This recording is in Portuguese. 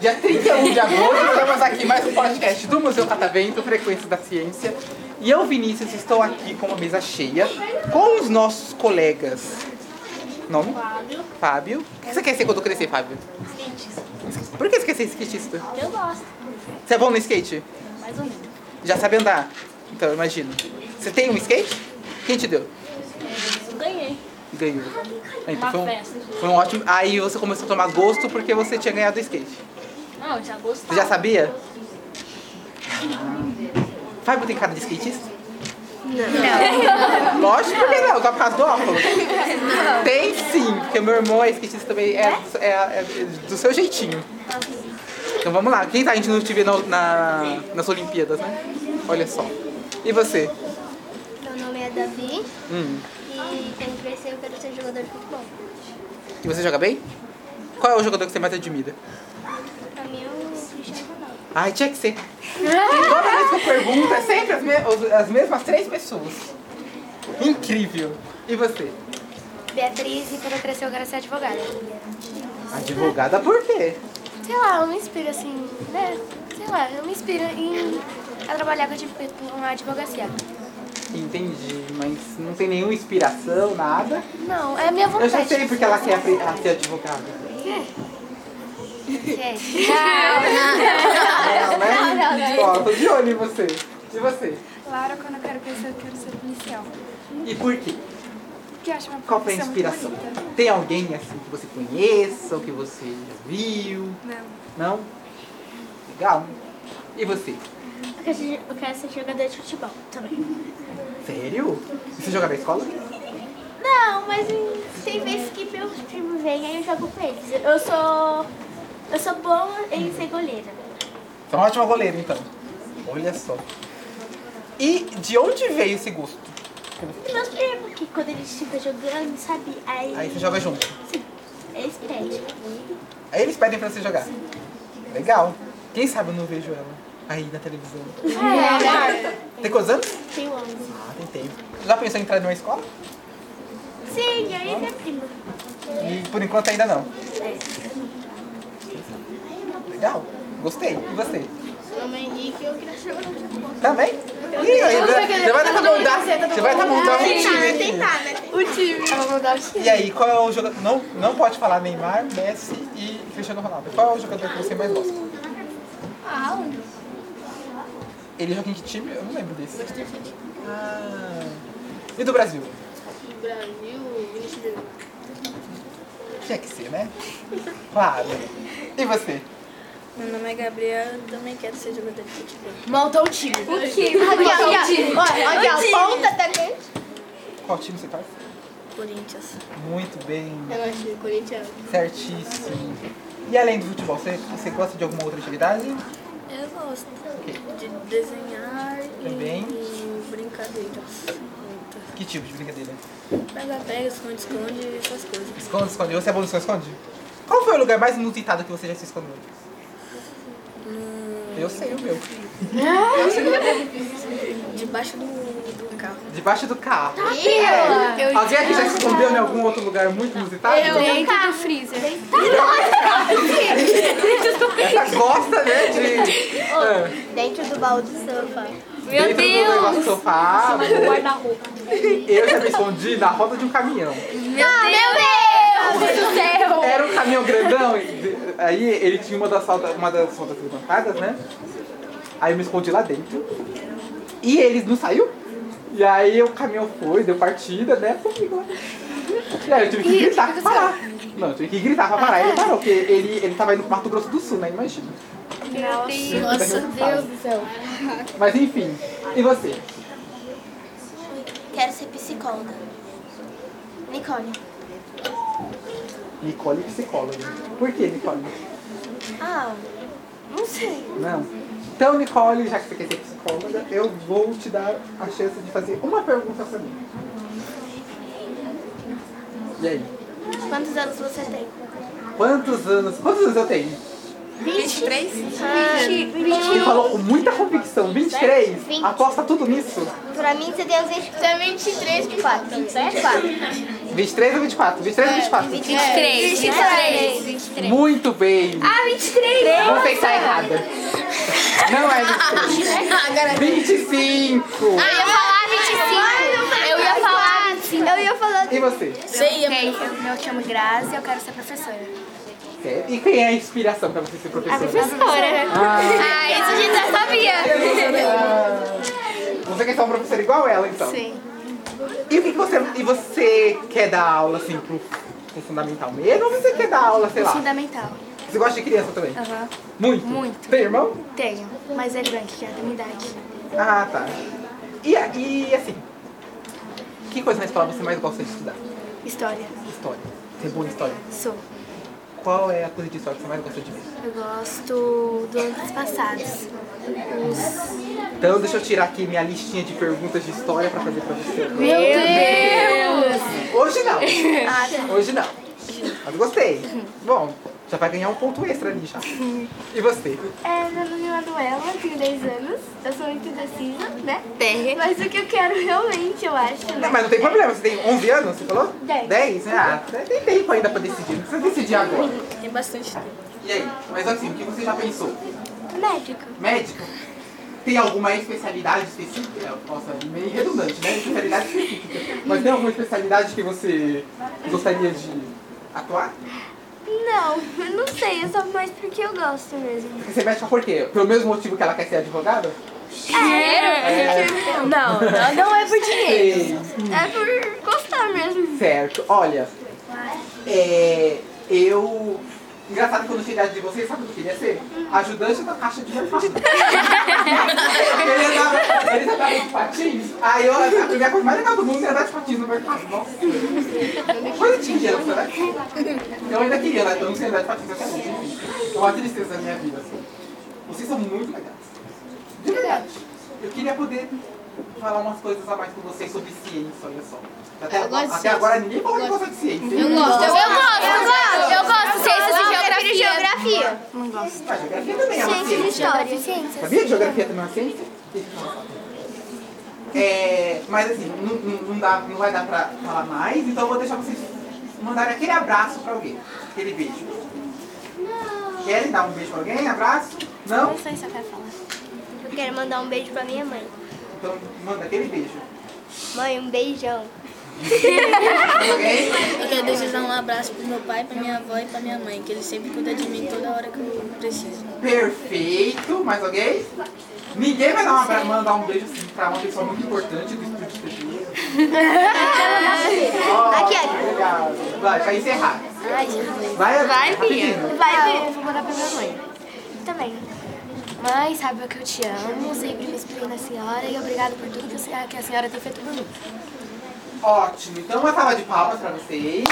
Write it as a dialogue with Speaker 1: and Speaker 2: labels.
Speaker 1: Dia 31 de agosto, estamos aqui em mais um podcast do Museu Catavento, Frequência da Ciência. E eu, Vinícius, estou aqui com uma mesa cheia com os nossos colegas. Nome?
Speaker 2: Fábio,
Speaker 1: Fábio. O que você quer ser quando crescer, Fábio?
Speaker 2: skate.
Speaker 1: Por que você quer ser skatista?
Speaker 2: Eu gosto,
Speaker 1: Você é bom no skate?
Speaker 2: mais ou menos.
Speaker 1: Já sabe andar? Então, eu imagino. Você tem um skate? Quem te deu?
Speaker 2: É, Eu ganhei.
Speaker 1: Ganhou. Ah, Então,
Speaker 2: Uma
Speaker 1: foi,
Speaker 2: festa.
Speaker 1: um, foi um ótimo. Aí você começou a tomar gosto porque você tinha ganhado o skate.
Speaker 2: Não, eu já gostava.
Speaker 1: Você já sabia? Fábio tem cara de skatista? Não. Lógico que não, só por causa do óculos. Tem sim, porque meu irmão é skatista também, é, é- é do seu jeitinho. Então vamos lá, quem tá a gente não te vê na, na- nas Olimpíadas, né? Olha só. E você?
Speaker 3: Meu nome é Davi
Speaker 1: Hum,
Speaker 3: e quando crescer eu quero ser jogador de futebol.
Speaker 1: e você joga bem? Qual é o jogador que você mais admira?
Speaker 3: Pra mim é o Cristiano Ronaldo.
Speaker 1: Ai, tinha que ser. Toda vez que eu pergunto, é sempre as, me- os- as mesmas três pessoas. Incrível. E você?
Speaker 3: Beatriz e quando crescer eu quero ser advogada.
Speaker 1: Advogada por quê?
Speaker 3: Sei lá, eu me inspiro assim, né? Sei lá, eu me inspiro em a trabalhar com a adv- com a advocacia.
Speaker 1: Entendi, mas não tem nenhuma inspiração, nada.
Speaker 3: Não, é a minha
Speaker 1: Eu
Speaker 3: vontade.
Speaker 1: já sei porque ela quer apre- a ser advogada.
Speaker 3: Gente,
Speaker 1: Não, né? Ó, tô de olho em você. E você?
Speaker 4: Claro, quando eu quero crescer, eu quero ser policial.
Speaker 1: E por quê?
Speaker 4: Porque eu acho uma
Speaker 1: Qual foi a
Speaker 4: profissão
Speaker 1: inspiração?
Speaker 4: muito bonita.
Speaker 1: Tem alguém assim que você conheça, ou que você já viu?
Speaker 4: Não.
Speaker 1: Não? Legal. E você?
Speaker 2: Eu quero ser- eu quero ser jogador de futebol também.
Speaker 1: Sério? E Você joga na escola?
Speaker 2: Não, mas em- tem vezes que meus primos vêm, aí eu jogo com eles. Eu sou. Eu sou boa em ser goleira.
Speaker 1: Você é uma ótima goleira, então. Olha só. E de onde veio esse gosto?
Speaker 2: E meus primos, que quando eles ficam jogando, sabe? Aí,
Speaker 1: Aí você joga junto.
Speaker 2: eles pedem.
Speaker 1: Aí eles pedem pra você jogar. Legal. Quem sabe eu não vejo ela aí na televisão. É, Tem quantos anos?
Speaker 2: Tem 11.
Speaker 1: Ah, tem tempo. Já pensou em entrar numa escola?
Speaker 2: Sim, eu e minha prima.
Speaker 1: E por enquanto ainda não. Legal. Gostei. E você? Também? Ih, ainda. Você vai tentar moldar. Você vai tentar moldar um time.
Speaker 4: O time. Eu vou mudar o time.
Speaker 1: E aí, qual é o jogador. Não, não pode falar Neymar, Messi e Cristiano Ronaldo. Qual é o jogador que você mais gosta? Ele joga em que time? Eu não lembro desse. Ah. E do Brasil? Tinha que ser, né? Claro. E você?
Speaker 5: Meu nome é Gabriel, eu também quero ser jogador de futebol.
Speaker 2: um
Speaker 3: um
Speaker 2: Olha, a ponta da
Speaker 1: Qual time você torce?
Speaker 5: Corinthians.
Speaker 1: Muito bem. Eu acho Corinthians. Certíssimo. E além do futebol, você, você gosta de alguma outra atividade?
Speaker 5: Eu gosto de desenhar
Speaker 1: Também.
Speaker 5: e brincadeiras. Muitas.
Speaker 1: Que tipo de brincadeira?
Speaker 5: Pega, pega, esconde, esconde, essas coisas.
Speaker 1: Esconde, esconde. Você é bom no esconde? Qual foi o lugar mais inusitado que você já se escondeu?
Speaker 3: Hum.
Speaker 1: Eu sei o meu.
Speaker 5: Debaixo do, do carro.
Speaker 1: Debaixo do carro. Alguém aqui já se escondeu em algum outro lugar muito inusitado?
Speaker 4: Dentro do freezer.
Speaker 1: Essa gosta, né? De. Ah.
Speaker 3: dentro do baú do sofá.
Speaker 1: Meu Deus! Do negócio do sofá. Eu já me escondi na roda de um caminhão. Era um caminhão grandão, e- aí ele tinha uma das rodas, uma das rodas levantadas, né? Aí eu me escondi lá dentro. E ele não saiu. E aí o caminhão foi, deu partida, né? Pum, ficou lá. E aí eu tive que Ah, é? gritar pra parar. Não, eu tive que gritar pra parar. Ele parou, porque ele, ele tava indo pro Mato Grosso do Sul, né? Imagina. Nossa, Deus do céu. Mas enfim, e você?
Speaker 3: Quero ser psicóloga. Nicole.
Speaker 1: Nicole é psicóloga. Por que Nicole?
Speaker 3: Ah, não sei.
Speaker 1: Não. Então, Nicole, já que você quer ser psicóloga, eu vou te dar a chance de fazer uma pergunta pra mim. E aí?
Speaker 3: Quantos anos você tem?
Speaker 1: Quantos anos. Quantos anos eu tenho?
Speaker 2: 23? Ah,
Speaker 1: 21. Falou com muita convicção. 23?
Speaker 2: Vinte.
Speaker 1: Aposta tudo nisso.
Speaker 2: Pra mim, você deu 24. Então, 23, 24. 24.
Speaker 1: 23 ou 24? 23 ou 24?
Speaker 6: 23.
Speaker 3: É
Speaker 6: 23. 23.
Speaker 1: Muito bem.
Speaker 2: Ah, 23!
Speaker 1: Você está errada. Não é 23. 25.
Speaker 6: Eu ia
Speaker 2: Ah,
Speaker 6: falar 25. Eu ia falar 25.
Speaker 2: Eu ia falar
Speaker 1: E você?
Speaker 5: Sei, é
Speaker 6: Ok.
Speaker 3: Eu chamo Grazi e eu quero ser professora.
Speaker 1: E quem é a inspiração para você ser
Speaker 2: Ah,
Speaker 1: professora?
Speaker 6: Professora.
Speaker 1: Ah,
Speaker 6: Ah, isso a gente já sabia.
Speaker 1: você quer ser uma professora igual ela, então?
Speaker 3: Sim.
Speaker 1: E, o que que você, e você quer dar aula, assim, pro pro fundamental mesmo? Ou você quer dar aula, sei lá?
Speaker 3: Fundamental.
Speaker 1: Você gosta de criança também?
Speaker 3: Aham.
Speaker 1: Muito?
Speaker 3: Ah, Muito.
Speaker 1: Tem irmão?
Speaker 3: Tenho. Mas ele vem que é da minha idade.
Speaker 1: Ah, tá. E, a- e assim, que coisa na escola você mais gosta de estudar?
Speaker 3: História.
Speaker 1: História. Você é boa em história.
Speaker 3: Sou.
Speaker 1: Qual é a coisa de história que você mais gosta de ver?
Speaker 3: Eu gosto dos anos passados. Os...
Speaker 1: Então, deixa eu tirar aqui minha listinha de perguntas de história pra fazer pra você.
Speaker 3: Meu Deus!
Speaker 1: Hoje não. Hoje não. Mas gostei. Bom, já vai ganhar um ponto extra ali já. E você?
Speaker 2: É, meu nome é Manuela, eu tenho 10 anos, eu sou muito indecisa, né?
Speaker 6: Tem.
Speaker 2: Mas o que eu quero realmente, eu acho,
Speaker 1: Não,
Speaker 2: né?
Speaker 1: mas não tem problema, você tem 11 anos, você falou?
Speaker 2: Dez.
Speaker 1: 10, né? Ah, tem tempo ainda pra decidir, não precisa decidir agora.
Speaker 5: Tem bastante tempo.
Speaker 1: E aí? Mas assim, o que você já pensou?
Speaker 2: Médico.
Speaker 1: Médico? Tem alguma especialidade específica? Nossa, é meio redundante, né? Especialidade específica. Mas tem alguma especialidade que você gostaria de atuar?
Speaker 2: Não, eu não sei, é só mais porque eu gosto mesmo.
Speaker 1: Você mexe com por quê? Pelo mesmo motivo que ela quer ser advogada?
Speaker 2: Não, não, não é por dinheiro.
Speaker 1: Sim.
Speaker 2: É por gostar mesmo.
Speaker 1: Certo. Olha, é, eu... Engraçado que quando eu cheguei atrás de vocês, sabe o que eu queria ser? Ajudante da caixa de reforma. ele andava, ele andava de patins, aí eu, a primeira coisa mais legal do mundo era andar de patins no mercado. Nossa, coisa de dinheiro, será? Eu ainda queria, né? eu não sei andar de patins até hoje. É uma tristeza da minha vida. Assim. Vocês são muito legais. De verdade. Eu queria poder falar umas coisas a mais com vocês sobre ciência, olha só. Até,
Speaker 6: Eu gosto de
Speaker 1: até
Speaker 6: ciência.
Speaker 1: agora ninguém falou que gosta de ciência.
Speaker 6: Eu gosto. Eu gosto. Eu gosto. Ciências e geografia.
Speaker 2: Geografia.
Speaker 1: Mas geografia também é uma
Speaker 2: Ciência de
Speaker 1: ciência.
Speaker 2: história.
Speaker 1: Sabia que geografia também é uma ciência? É, mas assim, não, não- não dá, não vai dar pra falar mais, então eu vou deixar vocês mandarem aquele abraço pra alguém. Aquele beijo. Querem dar um beijo pra alguém? Abraço? Não?
Speaker 3: Só isso eu quero falar.
Speaker 2: Eu quero mandar um beijo pra minha mãe.
Speaker 1: Então manda aquele beijo.
Speaker 2: Mãe, um beijão.
Speaker 1: Ah, Alguém?
Speaker 5: Eu quero desejar um abraço pro meu pai, pra minha avó e pra minha mãe, que eles sempre cuidam de mim toda hora que eu preciso.
Speaker 1: Perfeito. Mais alguém? Ninguém vai dar uma, pra mandar um beijo assim, pra uma pessoa muito importante do estúdio TV. Aqui,
Speaker 2: ó.
Speaker 1: Obrigado. Vai, pra encerrar. Vai, vai, rapidinho.
Speaker 2: Vai,
Speaker 3: Eu vou mandar pra minha mãe.
Speaker 2: Também.
Speaker 3: Mãe, saiba que eu te amo, sempre me inspirei na senhora e obrigado por tudo que a- que a senhora tem feito por mim.
Speaker 1: Ótimo. Então, uma salva de palmas pra vocês.